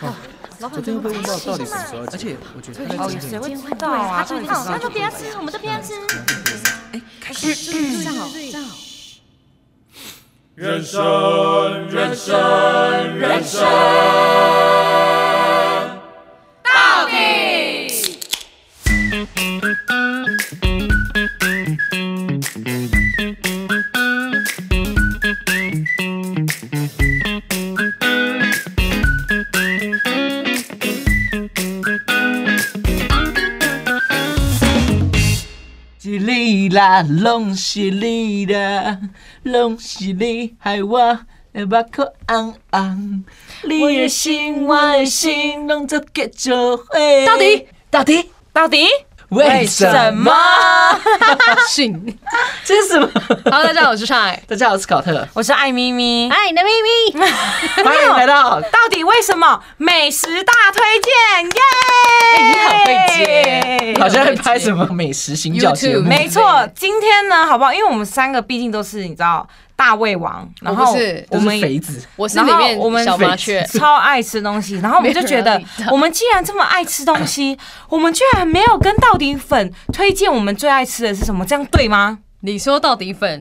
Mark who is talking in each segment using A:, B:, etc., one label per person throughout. A: 啊，
B: 老
A: 昨
B: 板
A: 天
B: 怎
A: 又
B: 么
A: 被
B: 不
A: 问
B: 吃
A: 到到底
B: 呢
A: 什么时候要结，而且我觉得他
B: 哦
A: 在真
B: 有谁
A: 正
B: 会知
C: 对
B: 道啊？
C: 他出去
B: 到底
C: 好，
B: 是
C: 那就
B: 谁
C: 不要吃，我们就不要吃。
B: 这样哦，这样哦。
D: 人生，人生，人生。
E: 是你啦，拢是你啦，拢是你害我的目眶红红。你的心，我的心，拢作结做伙。
B: 到底到底到底
E: 为什么？？
B: 训！
E: 这是什么？
B: Hello，大家好，我是上海，
E: 大家好，我是考特，
C: 我是爱咪咪，
B: 爱你的秘密。
E: 欢迎来到。
C: 到底为什么美食大推荐？耶！
B: 哎你很会
E: 好像在拍什么美食行脚节
B: YouTube，
E: 目？
C: 没错，今天呢，好不好？因为我们三个毕竟都是你知道大胃王，然后
B: 我不是
C: 我
E: 都
C: 们
E: 是肥 子，
B: 我是里面
C: 然后我们
B: 小麻雀，
C: 超爱吃东西，然后我们就觉得
B: 没有人要理他，
C: 我们既然这么爱吃东西， 我们居然没有跟到底粉推荐我们最爱吃的是什么，这样对吗？
B: 你说到底粉，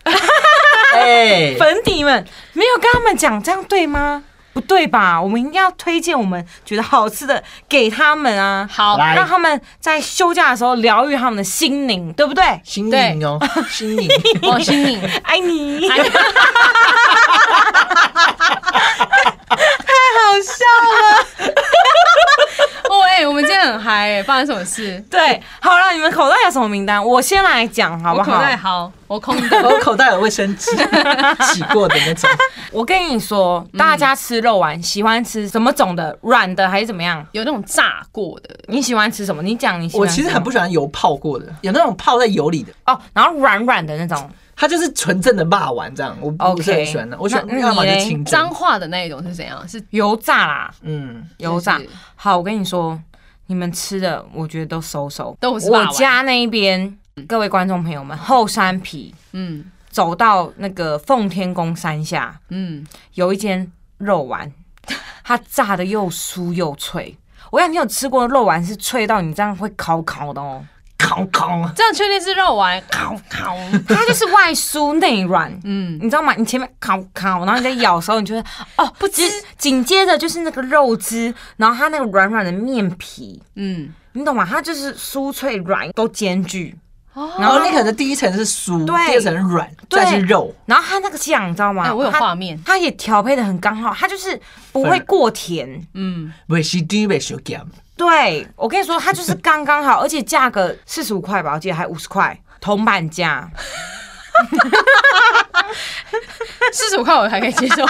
E: 哎，
C: 粉底们没有跟他们讲，这样对吗？不对吧？我们应该要推荐我们觉得好吃的给他们啊，
B: 好
E: 来
C: 让他们在休假的时候疗愈他们的心灵，对不 对？
E: 新颖哦，新颖。
B: 王心凌，
C: 爱你，
B: 哎
C: 好笑了。
B: 哦哎，我们今天很嗨哎，发生什么事？
C: 对，好了，你们口袋有什么名单？我先来讲好
B: 我
C: 不
B: 口
C: 好？
B: 袋好，我空 的。
E: 我口袋有卫 生纸，洗过的那种。
C: 我跟你说，
B: 嗯
C: 大家吃肉丸喜欢吃什么种的？软的还是怎么样？
B: 有那种炸过的，
C: 你喜欢吃什么？你讲你喜欢
E: 我
C: 吃
E: 其
C: 什么。
E: 实很不喜欢油泡过的，有那种泡在油里的，
C: 哦，然后软软的那种，
E: 它就是纯正的霸丸这样，我我不是
C: OK
E: 很喜欢的。我喜欢
C: 那那
E: 要么
C: 你
E: 就
C: 嘞
E: 清蒸
B: 脏，话的那一种是怎样？是
C: 油炸啦，
E: 嗯，
C: 油炸
B: 就是。
C: 好，我跟你说，你们吃的我觉得都收手。
B: 都不是霸
C: 我
B: 王
C: 家那一边，各位观众朋友们，后山皮
B: 嗯
C: 走到那个奉天宫山下，
B: 嗯，
C: 有一间肉 丸，它炸的又酥又脆。我想你有吃过肉丸是脆到你这样会烤烤的 哦，
E: 烤烤，
B: 这样确定是肉丸，烤烤，
C: 它就是外酥内软，
B: 嗯，
C: 你知道吗？你前面烤烤，然后你在咬的时候，你就会哦不知，紧接着就是那个肉汁，然后它那个软软的面皮，
B: 嗯，
C: 你懂吗？它就是酥脆软都兼具，
B: 哦，
C: 然
E: 然
C: 后
E: 后你可能第一层是酥，
C: 对
E: 第二层是软，
C: 对
E: 再是肉，
C: 然后它那个酱你知道吗？
B: 哎，我有
C: 它
B: 画面，
C: 它也调配的很刚好，它就是不会
E: 粉
C: 过甜，
B: 嗯，
E: 不是第一杯小咸，
C: 对，我跟你说，它就是刚刚好，而且价格四十五块吧，我记得还五十块，铜板价。
B: 四十五块我还可以接 受，五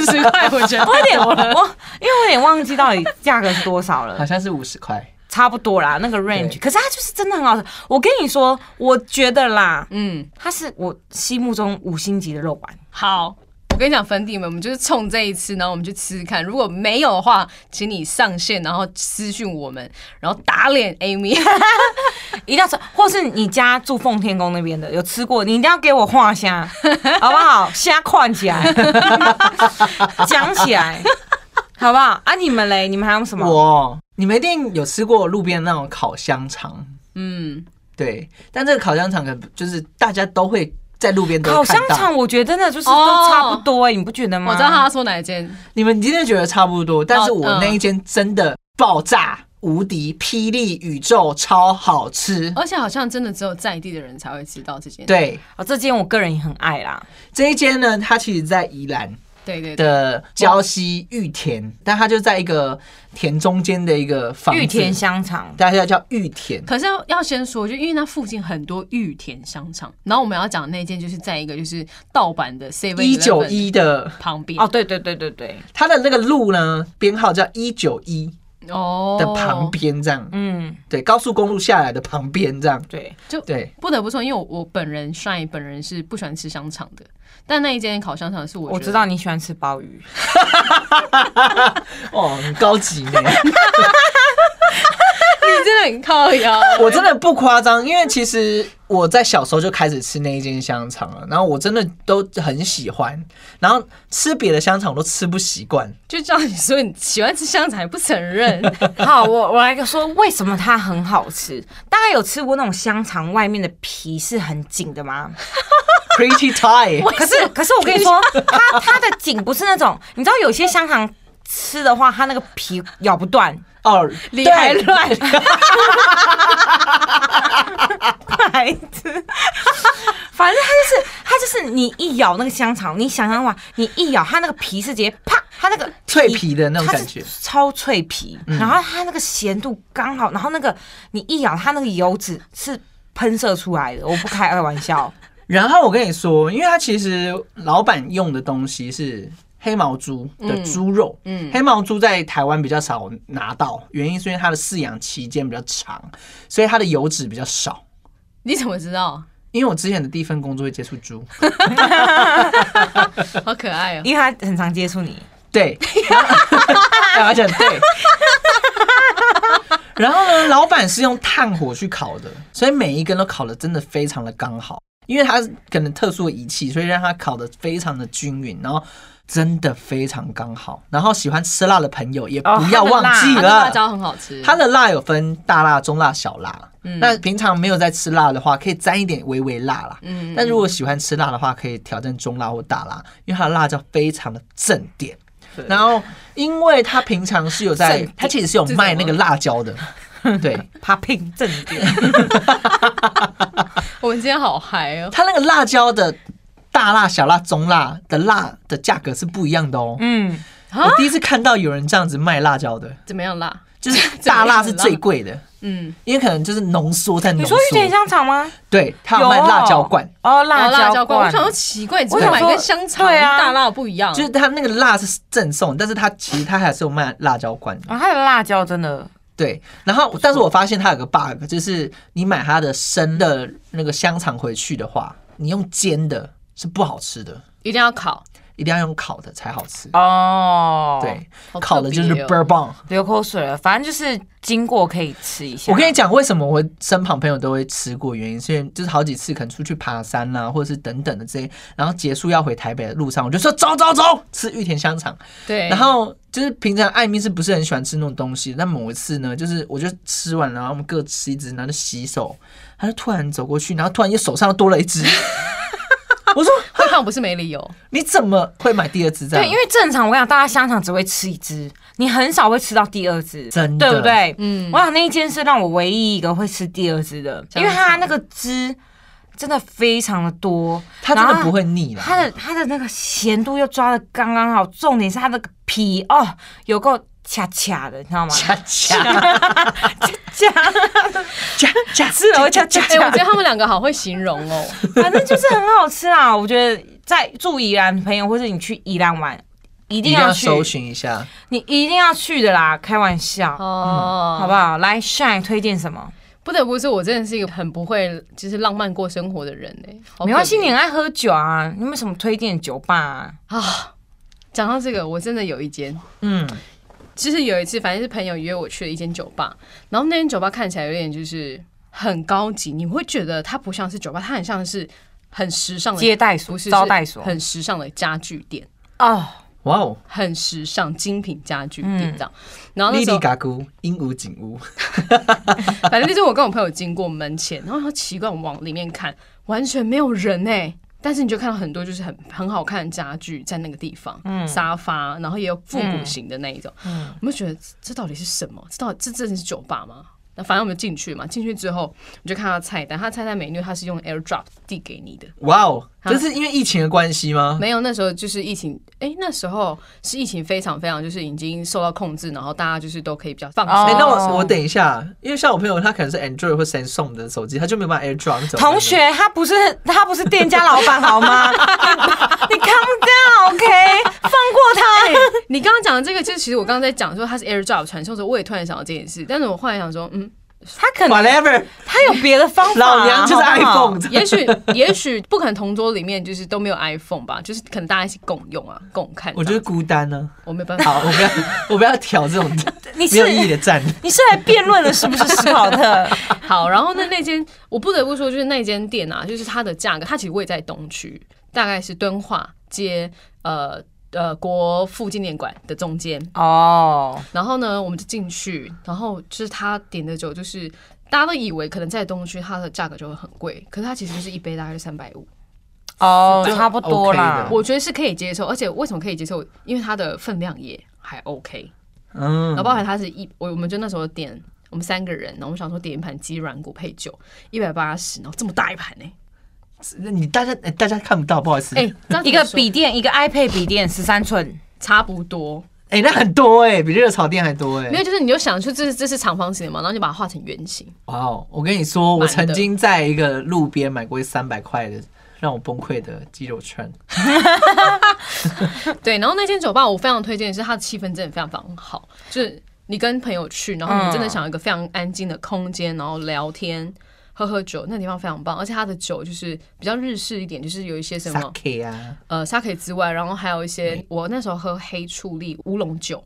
B: 十块我觉得
C: 我有点我 我，因为我有点忘记到底价格是多少
E: 好
C: 了，
E: 像是五十块。
C: 差不多啦，那个 range。可是它就是真的很好吃。我跟你说，我觉得啦，
B: 嗯，
C: 它是我心目中五星级的肉丸。
B: 好。我跟你讲，粉底们，我们就是冲这一次，然后我们去吃吃看。如果没有的话，请你上线，然后私讯我们，然后打脸 Amy。
C: 一定要吃，或是你家住奉天宫那边的有吃过，你一定要给我画虾， 好不好？虾框起来，讲起来，好不好？啊，你们嘞，你们还有什么？
E: 哇，你们一定有吃过路边那种烤香肠，
B: 嗯，
E: 对，但这个烤香肠可能就是大家都会在路边都
C: 烤
E: 会
C: 香
E: 看到。
C: 肠，我觉得真的就是
B: 哦
C: 都差不多、欸，你不觉得吗？
B: 我知道他说哪一间，
E: 你们今天觉得差不多，但是
B: 哦
E: 我
B: 嗯
E: 那一间真的爆炸无敌，霹雳宇宙超好吃。
B: 而且好像真的只有在地的人才会知道这间。
E: 对，
C: 哦，这间我个人也很爱啦。
E: 这一间呢，它其实在宜兰
B: 对对对，
E: 的礁溪玉田，但它就在一个田中间的一个房子
C: 玉田，香肠，
E: 大家叫玉田。
B: 可是要要先说，就因为那附近很多玉田商场，然后我们要讲的那间就是在一个就是盗版的 Seven
E: 一九一啊的，
B: 旁边
C: 哦，对对对对对，
E: 它的那个路呢，编号叫一九一
B: 哦
E: 的旁，边，这样，
C: 嗯，
E: 对，高速公路下来的旁边，这样，
C: 对，
E: 对，
B: 不得不说，因为我我本人 Shine 本人是不喜欢吃香肠的，但那一间烤香肠是我
C: 我
B: 觉
C: 知
B: 得
C: 道你喜欢吃鲍鱼，
E: 哦，很高级呢，
B: 你真的很靠腰。
E: 我真的不夸张，因为其实我在小时候就开始吃那一间香肠了，然后我真的都很喜欢，然后吃别的香肠我都吃不习惯。
B: 就照你说，你喜欢吃香肠还不承认，
C: 好，我我来说为什么它很好吃。大家有吃过那种香肠外面的皮是很紧的吗？
E: Pretty tight，
C: 可是可是我跟你说，它它的紧不是那种，你知道有些香肠吃的话，它那个皮咬不断，
E: 哦，
B: 理还
E: 对
B: 乱。
C: 白痴。反正它就是它就是你一咬那个香肠，你想想哇，你一咬它那个皮是直接啪，它那个
E: 脆皮的那种感觉嗯
C: 它是超脆皮，然后它那个咸度刚好，然后那个你一咬它那个油脂是喷射出来的，我不开玩 笑。
E: 然后我跟你说，因为它其实老板用的东西是黑毛猪的猪肉，嗯，黑毛猪在台湾比较少拿到，原因是因为它的饲养期间比较长，所以它的油脂比较少。
B: 你怎么知道？
E: 因为我之前的第一份工作会接触猪，
B: 好可爱哦、
C: 因为它很常接触你，
E: 对，然后 而且对。 然后呢，老板是用炭火去烤的，所以每一根都烤的真的非常的刚好，因为它可能特殊的仪器，所以让它烤的非常的均匀，然后真的非常刚好。然后喜欢吃辣的朋友也不要忘记
B: 它的
E: 了，
B: 啊辣椒哦很好吃，
E: 它的辣有分大辣、中辣、小辣。那平常没有在吃辣的话，可以沾一点微微辣啦。
B: 嗯
E: 但如果喜欢吃辣的话，可以挑战中辣或大辣，因为它的辣椒非常的正点。然后，因为它平常是有在
C: 正，点
E: 它其实是有卖那个辣椒的。对，
C: 怕拼正点。
B: 我们今天好嗨哦、
E: 它那个辣椒的大辣、小辣、中辣的辣的价格是不一样的哦。
C: 嗯，
E: 我第一次看到有人这样子卖辣椒的，
B: 怎么样辣？
E: 就是大辣是最贵的，
B: 嗯，
E: 因为可能就是浓缩在浓
C: 你
E: 缩
C: 说。玉田香肠吗？
E: 对，它有卖辣椒罐。
C: 哦，
B: 然
C: 辣
B: 后辣
C: 椒
B: 椒罐，我
C: 罐
B: 想。说奇怪，你怎
C: 我
B: 么
C: 想
B: 买
C: 说
B: 跟香肠
C: 对啊
B: 大辣不一样？
E: 就是它那个辣是赠送，但是它其实它还是有卖辣椒罐的。
C: 啊，它的辣椒真的
E: 对，然后但是我发现它有个 bug，就是你买它的生的那个香肠回去的话，你用煎的是不好吃的，
B: 一定要烤，
E: 一定要用烤的才好吃。
C: 哦，，
E: 对，
B: 好特别哦
E: 烤的就是 b u r b o n
C: 流口水了。反正就是经过可以吃一
B: 啊
C: 下。
E: 我跟你讲，为什么我身旁朋友都会吃过，原因是因为就是好几次可能出去爬山啦、或者是等等的这些，然后结束要回台北的路上，我就说走走走，吃玉田香肠。
B: 对，
E: 然后就是平常艾米是不是很喜欢吃那种东西？但某一次呢，就是我就吃完了，然后我们各吃一只，然后就洗手，他就突然走过去，然后突然又手上又多了一只。我说
B: 会胖不是 没理由，
E: 你怎么会买第二只这样？
C: 对，因为正常我跟你讲，大家香肠只会吃一只，你很少会吃到第二只，
E: 真的
C: 对不对？
B: 嗯
C: 嗯，哇，那一间是让我唯一一个会吃第二只的，因为它那个汁真的非常的多，
E: 它真
C: 然
E: 的
C: 后
E: 不会腻了。
C: 它的它的那个咸度又抓的刚刚好，重点是它那个皮哦，有够恰恰的，你知道吗？
E: 恰恰
C: 恰，
E: 恰恰
C: 吃了会恰恰
B: 哎、我觉得他们两个好会形容哦、
C: 反正就是很好吃啦。我觉得在住宜兰的朋友，或者你去宜兰玩，一
E: 一
C: 定
E: 定要
C: 要去，
E: 搜寻一下。
C: 你一定要去的啦，开玩笑，
B: 哦，
C: 好不好？来，Shine 推荐什么？
B: 不得不说，我真的是一个很不会就是浪漫过生活的人哎、好可怜
C: 没关系，你很爱喝酒啊，你有没有什么推荐的酒吧、啊？
B: 啊。讲到这个，我真的有一间，
E: 嗯，
B: 就是有一次，反正是朋友约我去了一间酒吧，然后那间酒吧看起来有点就是很高级，你会觉得它不像是酒吧，它很像是很时尚的
C: 接待所
B: 不是是
C: 招待所
B: 很时尚的家具店，
C: 哦，
E: 哇哦，
B: 很时尚精品家具
C: 嗯
B: 店这样。然后那
E: 莉
B: 时候
E: 莉嘎咕，鹦鹉警屋，
B: 反正就是我跟我朋友经过门前，然后他奇怪，我往里面看，完全没有人哎、但是你就看到很多就是很很好看的家具在那个地方，沙发，然后也有复古型的那一种，我们就觉得这到底是什么？这到底这真的是酒吧吗？那反正我们进去嘛，进去之后我就看到菜单，他菜单 menu 他是用 AirDrop 递给你的，
E: 哇哦，
B: 啊
E: 这是因为疫情的关系吗？
B: 没有，那时候就是疫情，哎、那时候是疫情非常非常就是已经受到控制，然后大家就是都可以比较放松。
E: 哎、
C: 哦
E: 那我我等一下，因为像我朋友他可能是 Android 或 Samsung 的手机，他就没有办法 AirDrop 你怎么办呢。
C: 同学，他不是他不是店家老板好 吗？你 calm down，OK，、放过他。
B: 你刚刚讲的这个，就是其实我刚刚在讲说它是 AirDrop 传送的时候，我也突然想到这件事，但是我后来想说，嗯，
C: 他可能
E: ，whatever，
C: 他有别的方法、 啊
E: 老娘就是
C: 好不好
E: iPhone。
B: 也 许也许不可能同桌里面就是都没有 iPhone 吧，就是可能大家一起共用啊，共看这样。
E: 我就是孤单呢、
B: 我没办
E: 好，
B: 法，
E: 我不要，我不要挑这种。
C: 你
E: 没
C: 是
E: 有意义的赞。
C: 你是来辩论的，是不是史考特？
B: 好，然后那那间我不得不说，就是那间店啊，就是它的价格，它其实位在东区，大概是敦化街呃呃国父纪念馆的中间。
C: 哦，
B: 然后呢，我们就进去，然后就是他点的酒，就是大家都以为可能在东区它的价格就会很贵，可是它其实就是一杯大概是三百五，
C: 哦，
E: 这
C: 差不多啦
E: OK 的。
B: 我觉得是可以接受。而且为什么可以接受？因为它的分量也还 OK，
E: 嗯
B: 然后包含它是一，我我们就那时候点。我们三个人，然后我们想说点一盘鸡软骨配酒，一百八十，然后这么大一盘呢、欸
E: 那你大家哎大家看不到，不好意思。
B: 哎、这样
C: 一个
B: 怎么说
C: 笔电，一个 iPad 笔电，十三寸，
B: 差不多，
E: 哎，那很多哎，比热炒店还多哎
B: 没。有，就是你就想说这是这是长方形的嘛，然后你把它画成圆形，
E: 哇哦！我跟你说，我
B: 满的
E: 曾经在一个路边买过三百块的让我崩溃的鸡肉串。
B: 对。然后那间酒吧我非常推荐，是它的气氛真的非常非常好，就是你跟朋友去，然后你真的想要一个非常安静的空间，然后聊天。喝喝酒，那地方非常棒，而且它的酒就是比较日式一点，就是有一些什么
E: sake 啊，
B: 呃 sake 之外，然后还有一
C: 嗯
B: 些我那时候喝黑醋栗乌龙酒，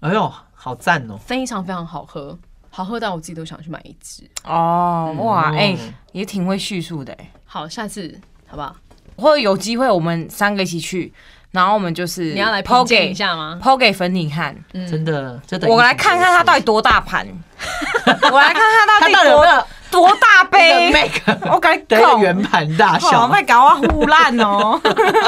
E: 哎呦，好赞哦！
B: 非常非常好喝，好喝到我自己都想去买一支。
C: 哦，哇，
E: 嗯
C: 哎、也挺会叙述的、哎，
B: 好，下次好不好？
C: 或者有机会我们三个一起去，然后我们就是
B: 你要来
C: 抛
B: 评鉴
C: 给
B: 一下吗？
C: 抛给粉你看，
E: 真的，这等
C: 嗯我来看看它到
E: 底
C: 底多大盘， 我来看看它
E: 它
C: 到
E: 到
C: 底
E: 底有
C: 多
E: 没有，
C: 多大杯
E: make
C: 我跟你
E: 的一个
C: 讲。
E: 圆盘大
C: 好，
E: 小。
C: 卖搞我胡烂哦。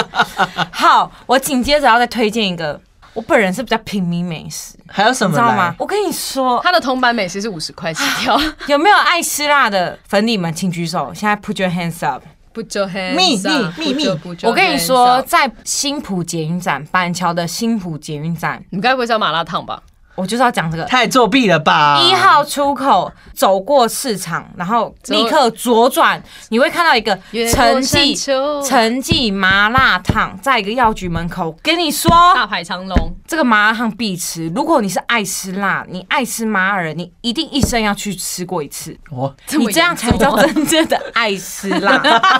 C: 好，我紧接着要再推荐一个，我本人是比较平民美食，
E: 还有什
C: 你
E: 么
C: 知道
E: 来
C: 吗？？我跟你说，
B: 它的铜板美食是五十块起跳，
C: 有没有爱吃辣的粉底们，请举手，现在 put your hands up。
B: 不就黑
E: 秘密秘密
C: 我跟你说，在新浦捷运站，板桥的新浦捷运站，
B: 你该不会叫麻辣烫吧？
C: 我就是要讲这个。
E: 太作弊了吧！
C: 一号出口走过市场，然后立刻左转，你会看到一个
B: 越过
C: 陈
B: 山
C: 记
B: 丘
C: 陈记麻辣烫，在一个药局门口。跟你说，
B: 大排长龙，
C: 这个麻辣烫必吃。如果你是爱吃辣，你爱吃麻的人，你一定一生要去吃过一次，
E: 哦，
B: 么
C: 你这样才叫真正的爱吃 辣。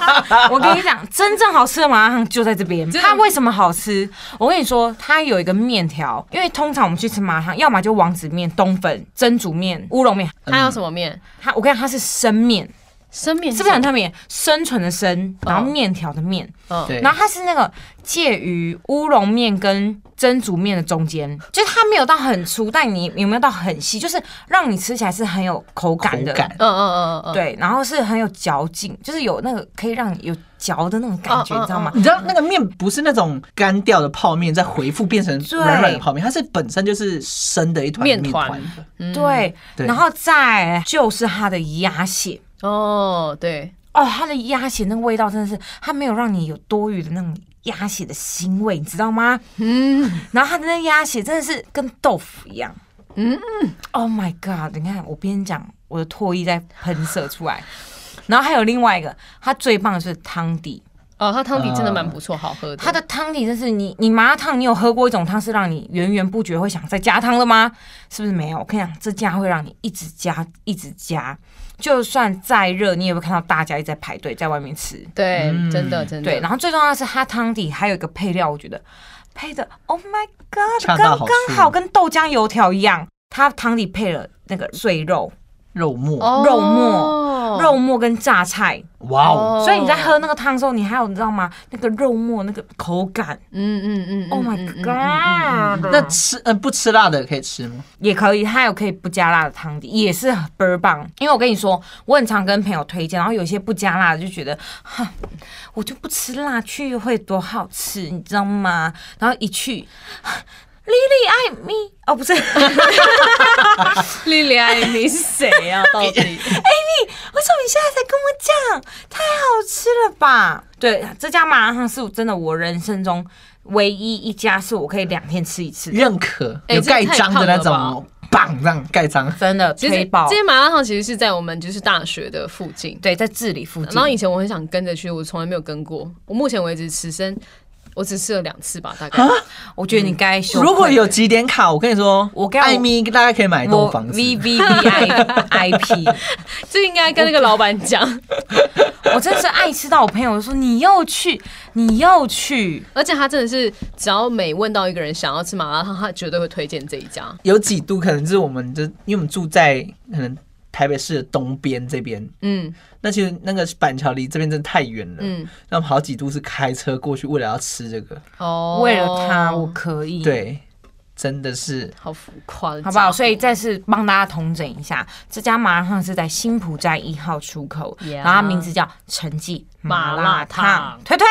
C: 我跟你讲，真正好吃的麻辣烫就在这边。
B: 真的
C: 它为什么好吃？我跟你说，它有一个面条，因为通常我们去吃麻辣烫，要么就王子面、冬粉、蒸煮面、乌龙面，
B: 它有什么面？
C: 它我跟你讲，它是生面，
B: 生面
C: 是不是很特别？生存的生，然后面条的面。
B: 嗯
E: 对，
C: 然后它是那个介于乌龙面跟蒸煮面的中间，就是它没有到很粗，但你有没有到很细，就是让你吃起来是很有口感的，
E: 口感
B: 嗯嗯嗯嗯，嗯，
C: 对，然后是很有嚼劲，就是有那个可以让你有嚼的那种感觉，
B: 嗯嗯
C: 你知道吗？
E: 你知道那个面不是那种干掉的泡面再回复变成
C: 对
E: 软软的泡面，它是本身就是生的一团
B: 面
E: 面
B: 团
E: 团。
B: 嗯
C: 对，
E: 嗯对
C: 然后再来就是它的鸭血。
B: 哦对，
C: 哦，它的鸭血那个味道真的是，它没有让你有多余的那种鸭血的腥味，你知道吗？
B: 嗯，
C: 然后它的那鸭血真的是跟豆腐一样。嗯，Oh my god！你看我边讲，我的唾液在喷射出来。然后还有另外一个，它最棒的是汤底，
B: 哦，它汤底真的蛮不错，好喝的。
C: 嗯它的汤底就是你你麻辣烫，你有喝过一种汤是让你源源不绝会想再加汤的吗？是不是没有？我跟你讲，这家会让你一直加一直加，就算再热，你也会看到大家一直在排队在外面吃。
B: 对，真的真的，
C: 嗯对，然后最重要的是它汤底还有一个配料，我觉得配的 Oh my God，
E: 恰
C: 刚
E: 到
C: 刚
E: 好处
C: 好跟豆浆油条一样。它汤底配了那个碎肉、
E: 肉末，
B: 哦
C: 肉末、肉末跟榨菜，
E: 哇哦！
B: 哦
C: 所以你在喝那个汤的时候，你还有你知道吗？那个肉末那个口感
B: 嗯嗯嗯嗯
C: ，Oh my
B: 嗯嗯嗯
C: God！
E: 那吃嗯、不吃辣的可以吃吗？
C: 也可以，它有可以不加辣的汤底，也是倍儿棒。因为我跟你说，我很常跟朋友推荐，然后有些不加辣的就觉得，哈，我就不吃辣，去会多好吃，你知道吗？然后一去。Lily 爱 me 哦，不是 Lily，
B: 莉莉安，你是谁 啊？到底
C: 为什么你现在才跟我讲？太好吃了吧！对，这家麻辣烫是真的我人生中唯一一家是我可以两天吃一次的，
E: 认可
B: 哎
E: 有盖章的那
B: 这也太
E: 种
B: 胖了
E: 哦，棒这样盖章。
C: 真的
B: 其实
C: 推爆
B: 这。些麻辣烫其实是在我们就是大学的附近，
C: 对，在治理附近，
B: 然后以前我很想跟着去，我从来没有跟过。我目前为止此生我只吃了两次吧，大概。
C: 啊我觉得你该羞愧。
E: 如果有几点卡，我跟你说，
C: 我跟
E: 艾米大家可以买一栋
C: 我
E: 房子。
C: V V V I I P，
B: 这应该跟那个老板讲，
C: 我真是爱吃到我朋友说你又去，你又去，
B: 而且他真的是只要每问到一个人想要吃麻辣烫，他绝对会推荐这一家。
E: 有几度可能是我们就因为我们住在可能台北市的东边这边，
B: 嗯
E: 那其实那个板桥离这边真的太远了，
B: 嗯，
E: 那我们好几度是开车过去为了要吃这个，
B: 哦，
C: 为了他我可以。。
E: 对，真的是
B: 好浮夸的家伙，
C: 好不好？所以再次帮大家统整一下，这家麻辣烫是在新浦站一号出口
B: Yeah
C: 然后它名字叫陈记麻辣
B: 麻辣
C: 烫
B: 烫。
C: 推推，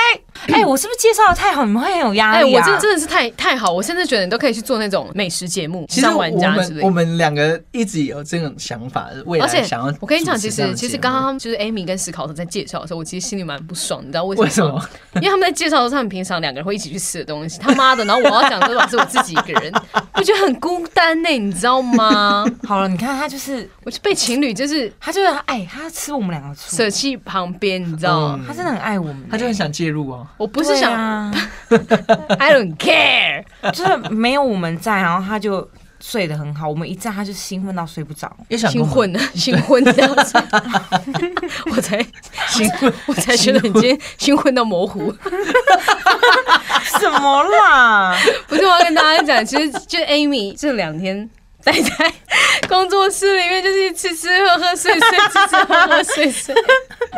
C: 哎、我是不是介绍的太好？你们会很有压
B: 哎、
C: 力
B: 我
C: 啊？
B: 这真的是太太好，我甚至觉得你都可以去做那种美食节目，
E: 其实
B: 像
E: 我
B: 玩家之
E: 们
B: 类
E: 我
B: 的。
E: 们两个一直有这种想法，未
B: 而
E: 来
B: 且
E: 想要。
B: 我跟你讲，其实其实刚刚就是 Amy 跟史考特在介绍的时候，我其实心里蛮不爽，你知道为什么？
E: 为什么？
B: 因为他们在介绍的时候，他们平常两个人会一起去吃的东西，他妈的，然后我要讲这碗是我自己一个人，我觉得很孤单呢、欸你知道 吗？
C: 好了，你看他就是
B: 我就被情侣就是
C: 他就是哎，他吃我们两个醋，
B: 舍弃旁边，你知道
E: 嗯
B: 吗？
C: 他真的很爱我们、
E: 他就很想介入哦，
B: 我不
C: 不
B: 是想、
C: 啊、
B: I don't care，
C: 就是没有我们在，然后他就睡得很好。我们一在，他就兴奋到睡不着。
E: 也想跟
B: 新
E: 我们
B: 婚的新婚这样 子， 我才新婚，我才觉得你今天新婚到模糊。
C: 什么啦？
B: 不是，我要跟大家讲，其实就 Amy 这两天待在 工作室里面，就是吃吃喝喝睡睡，吃吃喝喝 睡睡。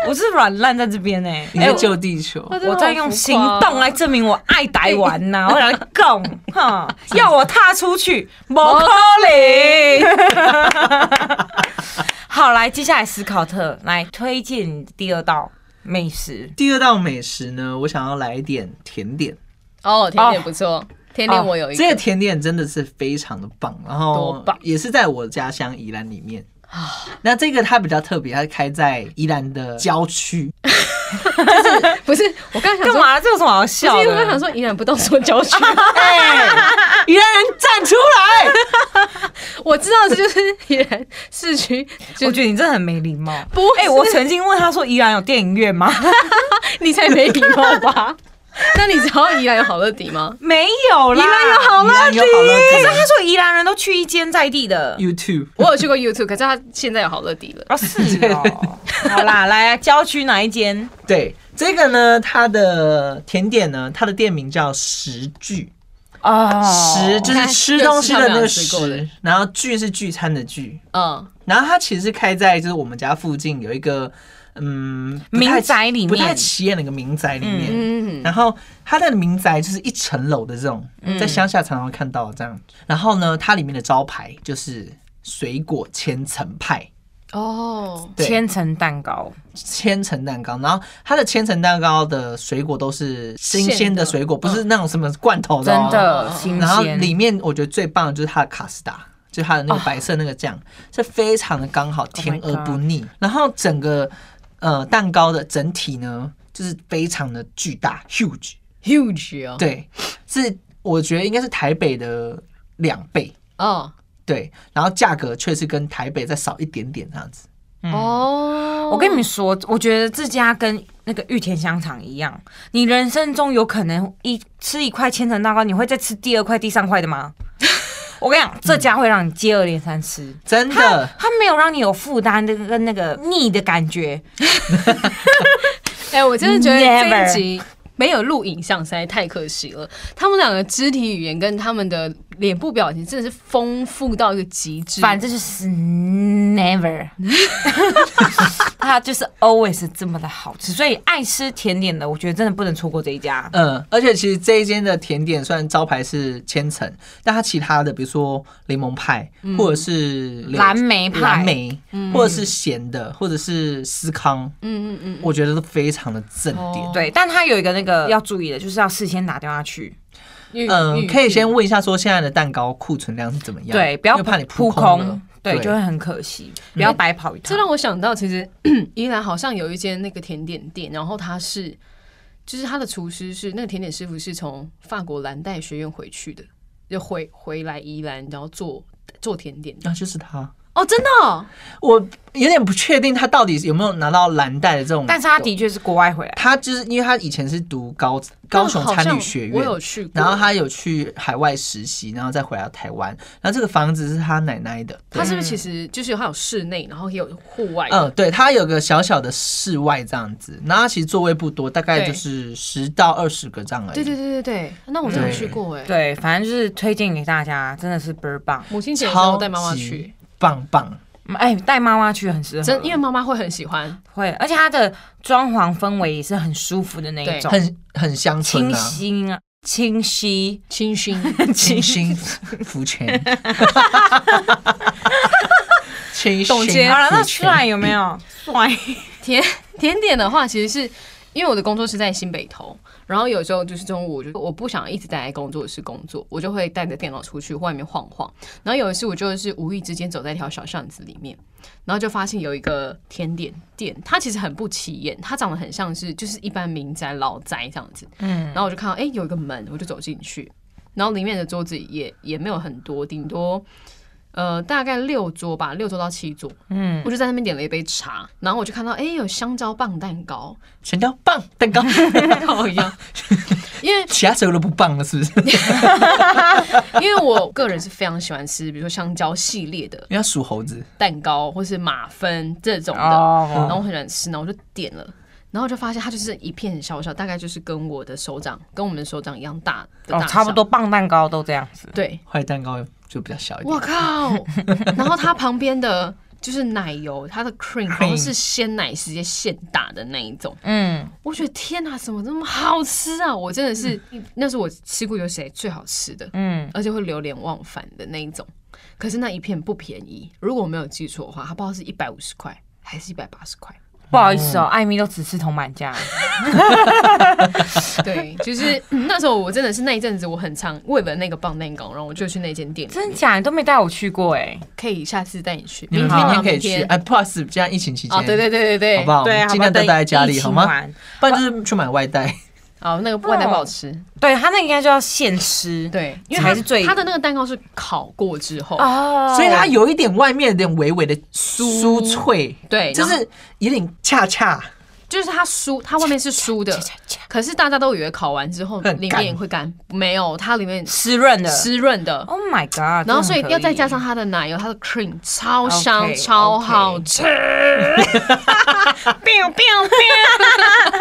C: 我是软烂在这边哎、
E: 你在救地球，
B: 哎
C: 我在
B: 啊
C: 用啊行
B: 哦
C: 动来证明我爱台湾呐、我来讲，哈，要我踏出去，不可能。 好，来，接下来思考特来推荐你的第二道美食。
E: 第二道美食呢，我想要来一点甜点。
B: 哦，甜点不错，甜
C: 哦
B: 点我有一
E: 这个
B: 个，
E: 甜点真的是非常的棒，然
B: 多
E: 后
B: 棒啊
E: 也是在我家乡宜兰里面。那这个它比较特别，它开在宜兰的郊 区，
B: 不是我刚才想
C: 干
B: 说。
C: 嘛？这有什么好
B: 不是
C: 笑
B: 因为我刚才想
C: 的？哎
B: 说，依然不到说 郊区，
E: 宜兰人站出来！
B: 我知道这就是依然市区，就
C: 我觉得你真的很没礼貌。
B: 不是
C: 哎、我曾经问他说：“宜兰有电影院 吗？
B: 你才没礼貌吧？那你知道宜兰有好乐迪吗？”
C: 没有啦。
B: 宜兰有好
E: 宜兰有好乐
C: 可是
E: 迪
C: 他说宜兰人都去一间在地的。
E: ，YouTube
B: 我有去过 YouTube，可是他现在有好乐迪了。
C: 啊，是哦。 好啦，来郊区哪一间？
E: 对这个呢，它的甜点呢，它的店名叫食具，
C: 哦，
E: 食就是吃东西的那
B: 又
E: 个
B: 是上面有吃过的
E: 食，然后聚是聚餐的聚，
B: 嗯，
E: 然后它其实开在就是我们家附近有一个嗯不太
C: 民宅里面
E: 不太起眼的一个民宅里面，
B: 嗯
E: 然后它的民宅就是一层楼的这种，在乡下常常看到的这样。然后呢，它里面的招牌就是水果千层派。
B: 哦，
E: 对
C: 千层蛋糕，
E: 千层蛋糕，然后它的千层蛋糕的水果都是新鲜的水果，不是那种什么罐头的、
C: 真
E: 哦，
C: 的新
E: 然后
C: 鲜。
E: 里面我觉得最棒的就是它的卡斯达，就它的那个白色那个酱，是非常的刚好，甜而不腻。然后整个呃蛋糕的整体呢，就是非常的巨大，huge，
B: ，huge 哦，
E: 对，是我觉得应该是台北的两倍，
B: 哦
E: 对，然后价格却是跟台北再少一点点这样子。
B: 哦，
C: 我跟你们说，我觉得这家跟那个玉田香肠一样，你人生中有可能一吃一块千层蛋糕，你会再吃第二块、第三块的 吗？我跟你讲，这家会让你接二连三吃，
E: 真的，
C: 它没有让你有负担的跟那个腻的感觉。
B: 哎、我真的觉得
C: Never
B: 这一集没有录影像实在太可惜了。他们两个肢体语言跟他们的脸部表情真的是丰富到一个极致。
C: 反正就是 never，它就是 always 这么的好吃，所以爱吃甜点的，我觉得真的不能错过这一家。
E: 嗯，而且其实这一间的甜点虽然招牌是千层，但它其他的比如说柠檬派，或者是
C: 嗯
E: 柳
C: 蓝莓派嗯
E: 蓝莓，或者是咸的，或者是司康，
B: 嗯嗯嗯，
E: 我觉得都非常的正
B: 哦
E: 点。
C: 对，但它有一个那个要注意的，就是要事先打电话去，
B: 嗯
E: 嗯，可以先问一下说现在的蛋糕库存量是怎么样？
C: 对，不要
E: 因为怕你
C: 扑
E: 空了。
C: 对，
E: 对嗯
C: 就会很可惜，不要白跑一
B: 这
C: 趟。
B: 让我想到，其实宜兰好像有一间那个甜点店，然后它是，就是他的厨师是那个甜点师傅是从法国蓝带学院回去的，就回回来宜兰，然后做做甜点。
E: 啊那、就是它，
B: 哦，真的哦，
E: 我有点不确定他到底有没有拿到蓝带的这种。
C: 但是他的确是国外回来，
E: 他就是因为他以前是读高高雄
B: 好
E: 参
B: 像
E: 旅学
B: 我
E: 院，
B: 有去过，
E: 然后他有去海外实习，然后再回来台湾。然后这个房子是他奶奶的，对
B: 他是不是其实就是他有室内，然后也有户外？
E: 嗯，对，它有个小小的室外这样子，然后它其实座位不多，大概就是十到二十个这样而已。
B: 对对对对对，那我真的有去过哎、
C: 对，反正就是推荐给大家，真的是倍儿棒。
B: 母亲节的时
E: 超
B: 候
E: 级
B: 带妈妈去，，
E: 棒棒。
C: 嗯哎，带妈妈去很适合，
B: 真因为妈妈会很喜欢。
C: 会，而且它的装潢氛围也是很舒服的那一
B: 对
C: 种，
E: 很很乡村
C: 清
E: 啊，
C: 新啊，清晰，
B: 清新，
E: 清新福泉， 清新
B: 董监
C: 好了，那
E: 福泉
C: 帅有没有帅？
B: 甜 甜点的话，其实是因为我的工作是在新北投，然后有时候就是中午，我就我不想一直待在工作室工作，我就会带着电脑出去外面晃晃。然后有一次，我就是无意之间走在一条小巷子里面，然后就发现有一个甜点店，它其实很不起眼，它长得很像是就是一般民宅老宅这样子。嗯，然后我就看到哎、诶有一个门，我就走进去，然后里面的桌子也也没有很多，顶多。呃，大概六桌吧，六桌到七桌，
C: 嗯，
B: 我就在那边点了一杯茶，然后我就看到，哎、有香蕉棒 蛋糕，
E: 全都棒蛋糕，
B: 跟我一样，因为
E: 其他所有都不棒了，是不是？
B: 因为我个人是非常喜欢吃，比如说香蕉系列的
E: 因为它属猴子，
B: 蛋糕，或是马芬这种的，然
C: 哦，
B: 后我很喜欢吃，然后我就点了。然后就发现它就是一片小小，大概就是跟我的手掌，跟我们的手掌一样大的
C: 哦
B: 大小、，
C: 差不多。棒蛋糕都这样子，
B: 对，
E: 坏蛋糕就比较小一
B: 我
E: 点。
B: 靠！然后它旁边的就是奶油，它的 cream 好像是鲜奶直接现打的那一种。
C: 嗯，
B: 我觉得天哪，怎么这么好吃啊！我真的是，
E: 嗯
B: 那是我吃过有谁最好吃的，
C: 嗯
B: 嗯，而且会流连忘返的那一种。可是那一片不便宜，如果我没有记错的话，它不知道是一百五十块还是一百八十块。
C: 不好意思哦，艾米都只吃铜板 价，
B: 对， 就是、嗯那时候我真的是那一阵子，我很常为了那个棒蛋糕，然后我就去那间店。
C: 真假你都没带我去过哎，
B: 可以下次带你去，
E: 你们嗯
B: 天
E: 明
B: 啊
E: 天可以
B: 明
E: 去，
B: 天
E: 哎，plus 这样疫情期间，
B: 哦，对对对对对，
E: 好不好？我
C: 对
E: 们
C: 啊，
E: 尽量都
C: 好吧
E: 待在家
C: 等疫
E: 里，
C: 情
E: 好吗？
C: 完
E: 不然就是去买外带。
B: 好，那个外蛋不好吃，
E: 哦
C: 对他那个应该就要现吃，
B: 对，因为
C: 才
B: 它
C: 是最
B: 它的那个蛋糕是烤过之后，
C: 哦，
E: 所以它有一点外面有点微微的酥脆，
B: 对，
E: 就
B: 然后
E: 是有点恰恰，
B: 就是它酥，它外面是酥的，可是大家都以为烤完之后
E: 很干
B: 里面会干，没有，它里面
C: 湿润的
B: 湿润的，
C: ，Oh my god，
B: 然后所
C: 真
B: 以
C: 的可
B: 要再 加上它的奶油，它的 cream 超
C: OK，
B: 香
C: OK
B: 超好吃，
C: biu biu biu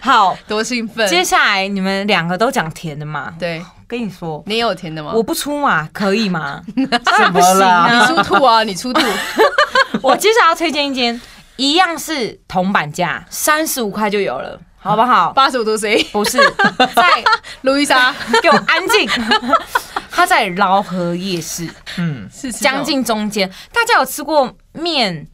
C: 好，
B: 多兴奋！
C: 接下来你们两个都讲甜的嘛，
B: 对
C: 跟你说，
B: 你也有甜的吗？
C: 我不出马可以 吗？
E: 怎么啦？
B: 你出吐啊，你 出吐，
C: 我接下来要推荐一间，一样是铜板价，三十五块就有了，好不 好？
B: 八十五度 C，
C: 不是，在
B: 路易莎
C: 给我安静。 它在饶河夜市，
E: 嗯，
B: 是吃
C: 将近中间。大家有吃过面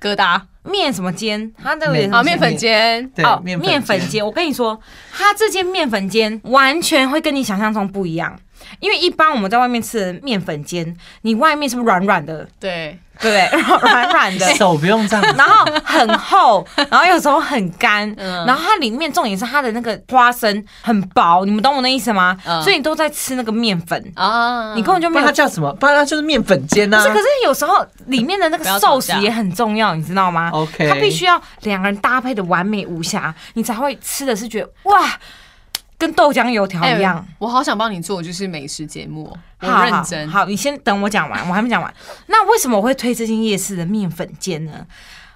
B: 那种疙瘩
C: 面什么煎？它那个
E: 面
C: 也是
B: 啊，面粉煎，
E: 对，
C: 哦，
E: 面
C: 粉
E: 煎，
C: 煎。我跟你说，它这间面粉煎完全会跟你想象中不一样，因为一般我们在外面吃的面粉煎，你外面是不是软软的，
B: 对，
C: 对 不对？软软的，
E: 手不用这 样子，
C: 然后很厚，然后有时候很干，
B: 嗯
C: 然后它里面重点是它的那个花生很薄，你们懂我那意思吗？
B: 嗯
C: 所以你都在吃那个面粉，
B: 啊，
C: 你根本就
E: 不
C: 没
E: 然
C: 有
E: 它。叫什么？不然它就是面粉煎啊
C: 不是，。
E: 呐
C: 可是有时候里面的那
B: 不
C: 个
B: 要吵
C: 寿司
B: 架
C: 也很重要，你知道吗
E: OK
C: 它必须要两个人搭配的完美无瑕，你才会吃的是觉得哇，跟豆浆油条
B: 哎
C: 一样。
B: 我好想帮你做，就是美食节目哦，我
C: 好
B: 认真，
C: 好。好，你先等我讲完，我还没讲完。 那为什么我会推这间夜市的面粉煎呢？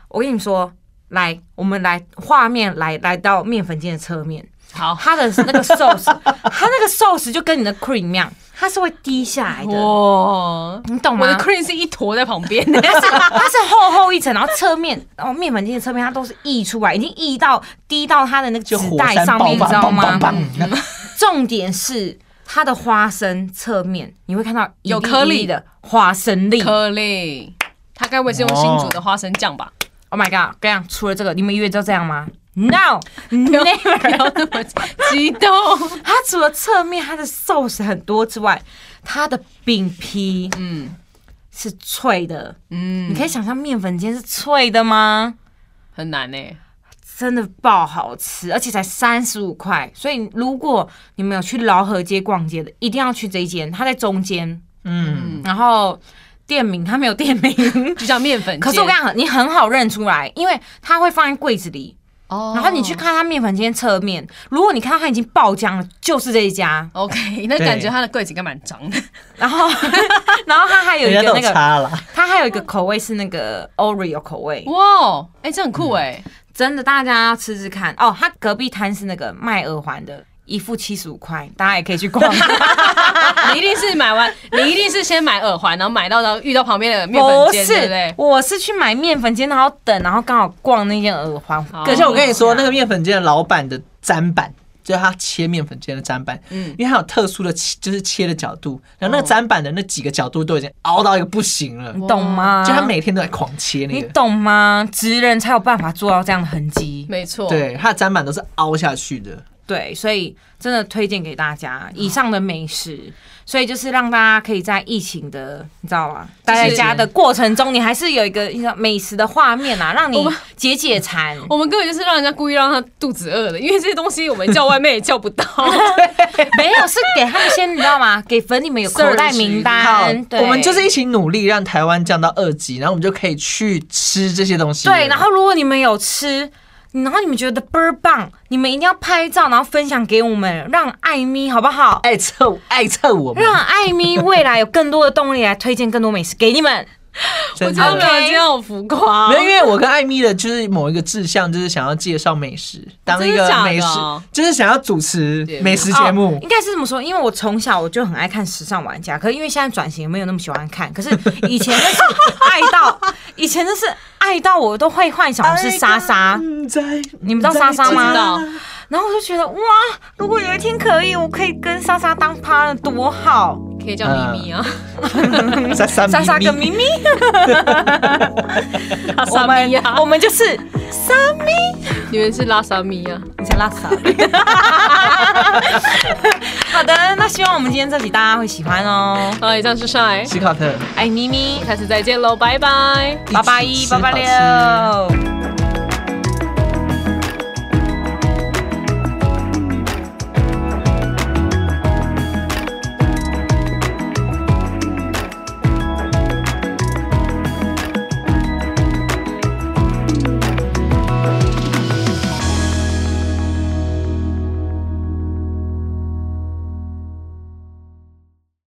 C: 我跟你说，来，我们来画面来来到面粉煎的侧面，
B: 好，
C: 它的那个 sauce，它那个 sauce 就跟你的 cream 一样，它是会滴下来的，
B: 哇，
C: 你懂
B: 哦我的
C: 吗？
B: cream 是一坨在旁边，
C: 它是它是厚厚一层，然后侧面，然后面粉煎的侧面它都是溢出来，已经溢到滴到它的那个纸
E: 就火
C: 袋
E: 山
C: 上
E: 爆
C: 面，你
E: 发，
C: 知道
E: 棒
C: 吗
E: 棒？棒！
C: 重点是它的花生侧面，你会看到一
B: 有
C: 粒一
B: 颗粒
C: 粒的花生粒。
B: 颗粒，它该不会是
C: 哦
B: 用新煮的花生酱吧？
C: Oh my god！跟你讲，除了这个，你们以为就这样吗？No，never。
B: 不要那么激动，
C: 它除了侧面它的 sauce 很多之外，它的饼皮
B: 嗯
C: 是脆的。你
B: 嗯，
C: 可以想象面粉煎是脆的吗？
B: 很难欸呢、
C: 真的爆好吃，而且才三十五块。所以如果你们有去饶河街逛街的，一定要去这一间，它在中间。
E: 嗯，
C: 然后店名，它没有店 名。
B: 就叫面粉煎。
C: 可是我跟你讲，你很好认出来，因为它会放在柜子里，
B: 哦
C: 然后你去看它面粉煎侧面，如果你看到它已经爆浆了，就是这一家。
B: ，OK，那
E: 对
B: 感觉它的柜子应该蛮脏的。
C: 然后， 然后它还有一
E: 人家
C: 个那
E: 都有
C: 个，
E: 差啦。
C: 它还有一个口味是那个 Oreo 口味，
B: 哇，哎，这很酷哎，
C: 真的大家要吃吃看哦。它隔壁摊是那个卖耳环的，一副七十五块，大家也可以去逛。
B: 你一定是买 完，你一定是先买耳环，然后买到然后遇到旁边的面
C: 不
B: 粉煎，对不
C: 是
B: 对，？
C: 我是去买面粉煎，然后等，然后刚好逛那件耳环。
B: 好
E: 而且我跟你说，
C: 哦
E: 那个面粉煎的老板的砧板，就是他切面粉煎的砧板，哦
B: 嗯
E: 因为它有特殊的切，就是切的角度，然后那个砧板的那几个角度都已经凹到一个不行了，
C: 你懂吗？
E: 就他每天都在狂切那
C: 啊你
E: 个，
C: 懂吗？职人才有办法做到这样的痕迹。
B: 没错，
E: 对，他的砧板都是凹下去的。
C: 对，所以真的推荐给大
E: 哦
C: 家以上的美食。所以就是让大家可以在疫情的，你知道吗？待在家的过程中，你还是有一个你知道美食的画面啊，让你解解 馋。
B: 我们根本就是让人家故意让他肚子饿的，因为这些东西我们叫外卖也叫 不到。
C: 没有，是给他们先，你知道 吗？给粉你们有口袋名
E: 好
C: 单。，对
E: 我们就是一起努力让台湾降到二级，然后我们就可以去吃这些东西了。
C: 对。然后如果你们有吃，然后你们觉得倍儿棒，你们一定要拍照，然后分享给我们，让艾咪好不好？
E: 爱测爱测我们，
C: 让艾咪未来有更多的动力来推荐更多美食给你们。
E: 真
B: 真的没
E: 的。
B: 有今天好浮夸
E: 没有，因为我跟艾米的就是某一个志向，就是想要介绍美
C: 哦
E: 食，当一
B: 真的假
E: 个
B: 的
E: 美食
B: 啊，
E: 就是想要主持
B: 节目
E: 美食节目
C: 哦、。应该是这么说，因为我从小我就很爱看《时尚玩家》，可是因为现在转型没有那么喜欢看，可是以前就是爱到， 以前就是爱到我都会幻想我哦
E: Oh
C: 是莎莎，
E: 在
C: 你们知道莎莎
B: 不知
C: 吗
B: 道？
C: 然后我就觉得哇，如果有一天可以，我可以跟莎莎当 partner 多好，
B: 可以叫咪咪啊，
E: 莎 莎
C: 莎莎跟
E: 咪
C: 咪咪，
B: 拉
C: 我
B: 萨咪
C: 们啊我
B: 呀，
C: 们就是莎咪，
B: 你们是拉萨啊咪呀。
C: 你才拉萨。 好的，那希望我们今天这集大家会喜欢哦。
B: 好，以上是上海，
E: 西考特，
C: 爱咪咪，
B: 下次再见喽，拜拜。
C: 八八一
E: 哎起吃
C: 八八
E: 好吃
C: 六。